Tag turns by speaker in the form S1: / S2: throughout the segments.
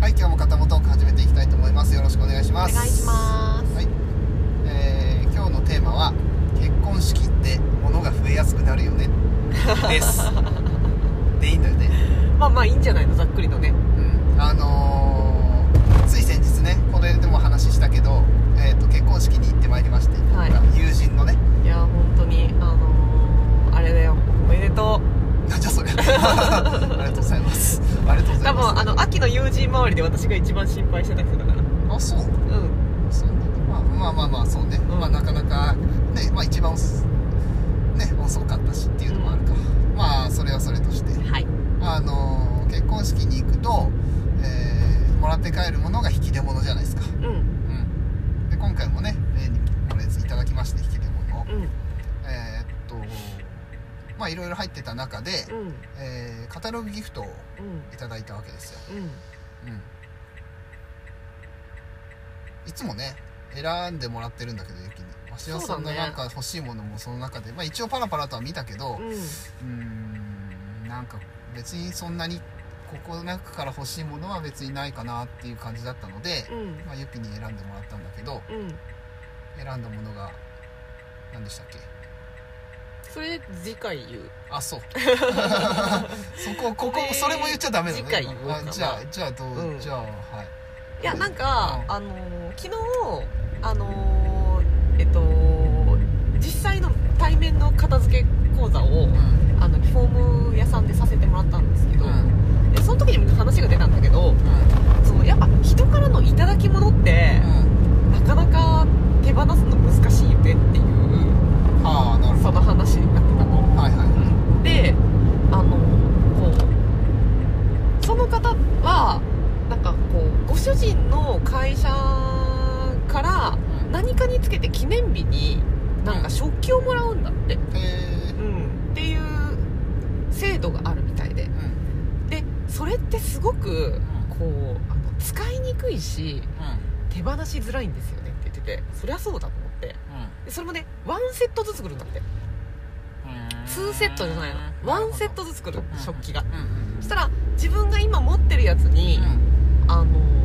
S1: はい、今日も肩もトーク始めていきたいと思います。よろしくお願いし
S2: お
S1: ます。
S2: 願いします、
S1: はい、えー今日のテーマは結婚式って物が増えやすくなるよねです。 でいいんだよね。
S2: まあまあいいんじゃないのざっくりのね
S1: うん、あのーつい先日ね、これでも話したけど、えっ、と結婚式に行ってまいりまして、
S2: はい
S1: 僕ら友人のね、
S2: いや本当にあのー、あれだよおめでと
S1: なんじゃそ れ。ありがとうございます。ありがとうご
S2: う
S1: ざ
S2: 多
S1: います。
S2: 分あの秋の友人周りで私が一番心配してた人だから
S1: あ、そう。
S2: うん
S1: そんなにまあまあまあまあそうね、
S2: ん
S1: まあなかなかねまあ一番遅,、ね、遅かったしっていうのもあるか、まあそれはそれとして
S2: はい
S1: あのー結婚式に行くと、えーもらって帰るものが引き出物じゃないですか、
S2: うんう
S1: うん、で今回もね例にご列いただきまして引き出物を
S2: ん
S1: えーっとまあいろいろ入ってた中で、
S2: うんうん
S1: えーカタログギフトをいただいたわけですよ、
S2: うん
S1: うん、いつもね選んでもらってるんだけどゆきに鷲尾さんの
S2: そうだ
S1: な
S2: ね
S1: んか欲しいものもその中で、まあ、一応パラパラとは見たけど
S2: うん
S1: うーんなんか別にそんなにここの中から欲しいものは別にないかなっていう感じだったので、
S2: うん
S1: まあ、ゆきに選んでもらったんだけど
S2: うん
S1: 選んだものが何でしたっけ
S2: それ次回言う
S1: あ そうそこここそれも言っちゃダメだね
S2: 次回言おうかな
S1: あじゃあじゃあどう、
S2: うん
S1: じゃあはい
S2: いやなんか、
S1: うん
S2: あのー昨日あのーえっと実際の対面の片付け講座を
S1: うん
S2: あのリフォーム屋さんでさせてもらったんですけど、
S1: うん
S2: でその時にも話が出たんだけ
S1: う
S2: ど
S1: ん
S2: そのやっぱ人からの頂き物って、なかなか手放すの難しいよねっていう
S1: ああなるほ
S2: その話になってたの。
S1: どはいはい
S2: であのこうその方はなんかこうご主人の会社から何かにつけて記念日になんか食器をもらうんだって、
S1: へえ
S2: うん、っていう制度があるみたいで
S1: うんうん
S2: でそれってすごくこうあの使いにくいし手放しづらいんですよねって言っててそりゃそうだと思ってでそれもねワンセットずつ来るんだって
S1: うん
S2: 2セットじゃないのワンセットずつ来る食器が
S1: うんうん
S2: そしたら自分が今持ってるやつに、あのー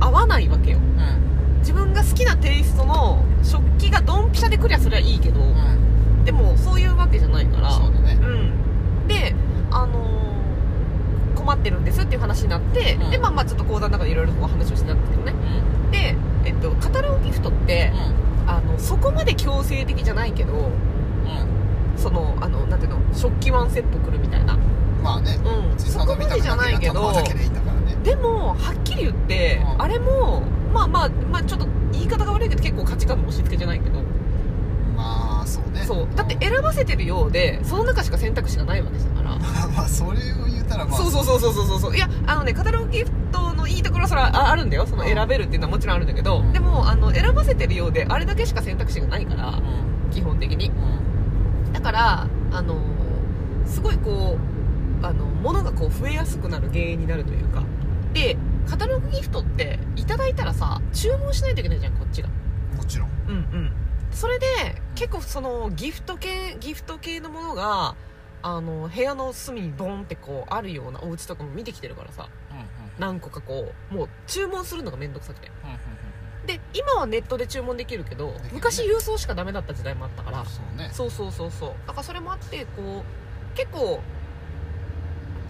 S2: 合わないわけよ
S1: うん
S2: 自分が好きなテイストの食器がドンピシャでクリアすりゃいいけど、
S1: うんうん
S2: でもそういうわけじゃないから
S1: そうだね
S2: うんであのー困ってるんですっていう話になって、
S1: うん
S2: でまあまあちょっと講座の中でいろいろ話をしてたんですけどね
S1: うんうん
S2: で、えっと、カタログギフトって、あのそこまで強制的じゃないけど
S1: うん
S2: そのあのなんていうの食器ワンセット来るみたいな、
S1: まあね
S2: うん、そこまでじゃないけど
S1: だけでいいんだからね
S2: でもはっきり言って、
S1: うん
S2: あれもまあまあまあちょっと言い方が悪いけど結構価値観の押し付けじゃないけど
S1: まあそうね
S2: そうだって選ばせてるようでその中しか選択肢がないわけだから
S1: まあそれを言ったらまあ
S2: そうそうそうそうそうそういやあのねカタログギフトのいいところはそれはああるんだよその選べるっていうのはもちろんあるんだけど、
S1: うん
S2: でもあの選ばせてるようであれだけしか選択肢がないから
S1: うん
S2: 基本的に
S1: うん
S2: だからあのすごいこうあの物がこう増えやすくなる原因になるというかでカタログギフトっていただいたらさ注文しないといけないじゃんこっちが
S1: もちろん
S2: うんうんそれで結構そのギフト系ギフト系のものがあの部屋の隅にボンってこうあるようなお家とかも見てきてるからさ
S1: うんうん
S2: 何個かこうもう注文するのが面倒くさくて
S1: うんうん
S2: で今はネットで注文できるけど
S1: きるね
S2: 昔郵送しかダメだった時代もあったから
S1: そうね
S2: そうそうそうそうだからそれもあってこう結構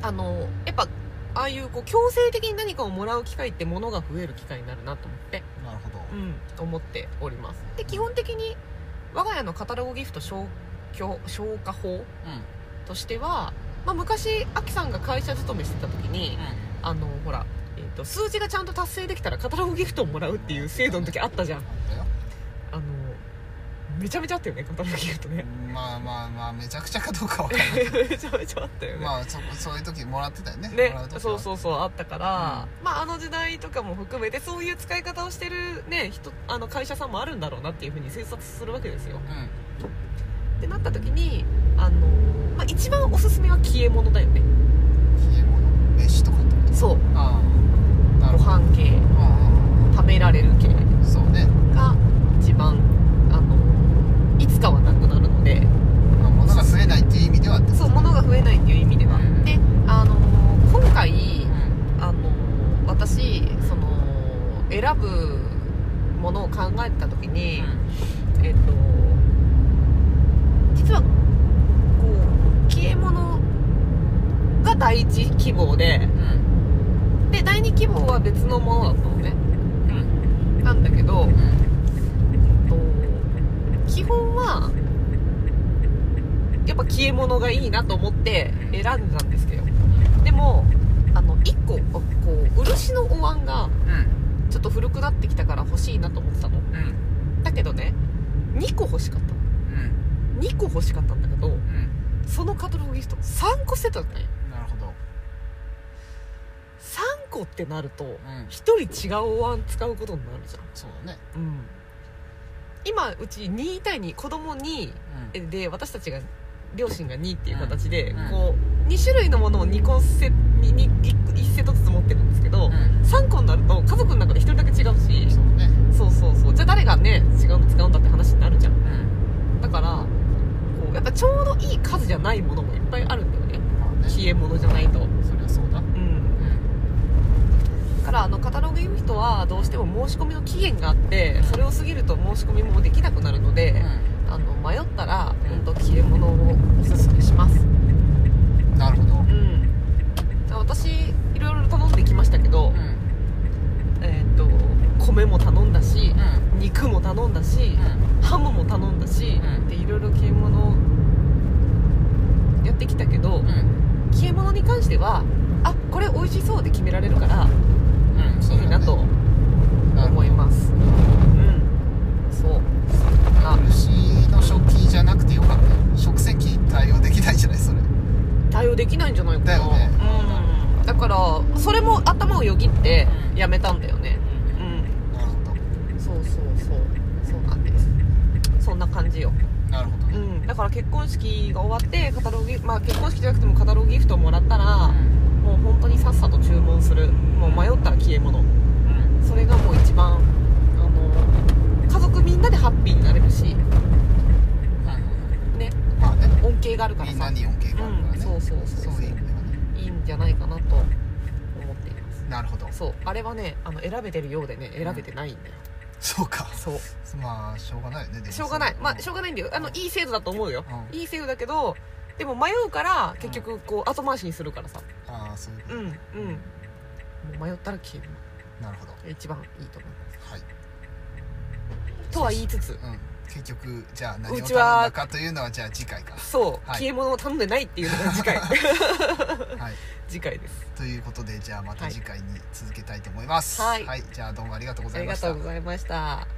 S2: あのやっぱああいうこう強制的に何かをもらう機会ってものが増える機会になるなと思って、
S1: なるほど
S2: うん、思っておりますで基本的に我が家のカタログギフト消去消化法
S1: う
S2: としては、まあ、昔アキさんが会社勤めしてた時に
S1: ん
S2: あのほら、えー、と数字がちゃんと達成できたらカタログギフトをもらうっていう制度の時あったじゃん
S1: だよ
S2: あのめちゃめちゃあったよねカタログギフ トね
S1: まあまあまあめちゃくちゃかどうかわか んない
S2: めちゃめちゃあったよね
S1: まあそそういう時もらってたよね
S2: ね
S1: もらう時、は
S2: そうそうそうあったから、まああの時代とかも含めてそういう使い方をしてるね人あの会社さんもあるんだろうなっていうふうに推察するわけですよ
S1: う
S2: ってなった時にあの、まあ、一番おすすめは消え物だよね
S1: ん冷え物飯とかってこと
S2: そう
S1: ああなる
S2: ご
S1: ほど
S2: 飯系
S1: うん
S2: 食べられる系
S1: うんそうね
S2: が一番あのいつかはなくなるので
S1: まあ物が増えないっていう意味ではってこと
S2: そう物が増えないっていう意味では、
S1: うん
S2: であの今回
S1: うん
S2: あの私しその選ぶものを考えた時に、えっと実はこう消え物が第一希望で
S1: うん
S2: で第二希望は別のものだったのね
S1: うん
S2: なんだけど、
S1: うん
S2: えっと基本はやっぱ消え物がいいなと思って選んだんですけどでもあの1個こう漆のお椀が
S1: うん
S2: ちょっと古くなってきたから欲しいなと思ってたの
S1: うん
S2: だけどね2個欲しかったの
S1: うん
S2: 2個欲しかったんだけど
S1: うん
S2: そのカトログギフト3個してたのね
S1: なるほど
S2: 3個ってなると
S1: うん
S2: 1人違うお椀使うことになるじゃ
S1: そうだね
S2: ん、うん、今うち2対2子供に
S1: うん
S2: で私たちが両親が2っていう形で、
S1: うん
S2: こう2種類のものを2個セにに 1, セットずつ持ってるんですけ
S1: う
S2: ど、
S1: ん
S2: 3個になると家族の中で1人だけ違うし
S1: そうだね
S2: そうそうそうじゃあ誰がね違うの使うんだって話になるじゃん
S1: うん
S2: だからこうやっぱちょうどいい数じゃないものもいっぱいあるんだよね
S1: まあね
S2: 消え物じゃないと
S1: そりゃそうだ
S2: うん
S1: うん
S2: だからあのカタログユニットはどうしても申し込みの期限があってそれを過ぎると申し込みもできなくなるので、あの迷ったら
S1: うん
S2: 本当消え物をおすすめします
S1: うんなるほど
S2: うん私いろいろ頼んできましたけど、
S1: うん
S2: えー、と米も頼んだし
S1: う、ん
S2: 肉も頼んだし、ハムも頼んだし、
S1: うん
S2: でいろいろ消え物やってきたけど、
S1: うんうん
S2: 消え物に関してはあこれ美味しそうで決められるから
S1: うんそう
S2: い
S1: だ
S2: い
S1: ね
S2: なと
S1: なるほ
S2: 思います、うんそう
S1: ど漆の食器じゃなくてよかったよ食洗機対応できないじゃないそれ
S2: 対応できないんじゃないかな
S1: だよね
S2: うん、だからそれも頭をよぎって
S1: うん
S2: やめたんだよねう
S1: なるほど
S2: んそうそうそうそうなんですそんな感じよ、
S1: なるほど
S2: う
S1: ね
S2: ん、だから結婚式が終わってカタログギ、まあ、結婚式じゃなくてもカタログギフトをもらったらもう本当にさっさと注文するもう迷ったら消え物
S1: うん
S2: それがもう一番あの家族みんなでハッピーになれるしね
S1: まあね
S2: 恩恵があるから
S1: みん
S2: さ
S1: なに恩恵があるから
S2: うん
S1: ね
S2: そうそうそうそう
S1: そういう意味ではね
S2: いいんじゃないかなと思っています
S1: なるほど
S2: そうあれはねあの選べてるようでね選べてないんだよ、
S1: そうか
S2: そう
S1: まあしょうがないよねでも
S2: しょうがないまあしょ
S1: ょ
S2: うがないんだよあのいい制度だと思うよ、
S1: うん
S2: いい制度だけどでも迷うから結局こう後回しにするからさ
S1: ああそういうこ
S2: う
S1: と
S2: んうんもう迷ったら消える
S1: なるほど
S2: が一番いいと思いま
S1: はい
S2: すとは言いつつ
S1: うん結局じゃあ何を
S2: う
S1: 頼
S2: ち
S1: ん
S2: は
S1: だかというのはじゃあ次回 か
S2: そう、
S1: はい
S2: 消え物を頼んでないっていうのが次 回
S1: はい
S2: 次回です
S1: ということでじゃあまた次回に続けたいと思います
S2: はい
S1: じゃあどうもありがとうご
S2: あ
S1: ざい
S2: り
S1: ま
S2: が
S1: した
S2: とうございました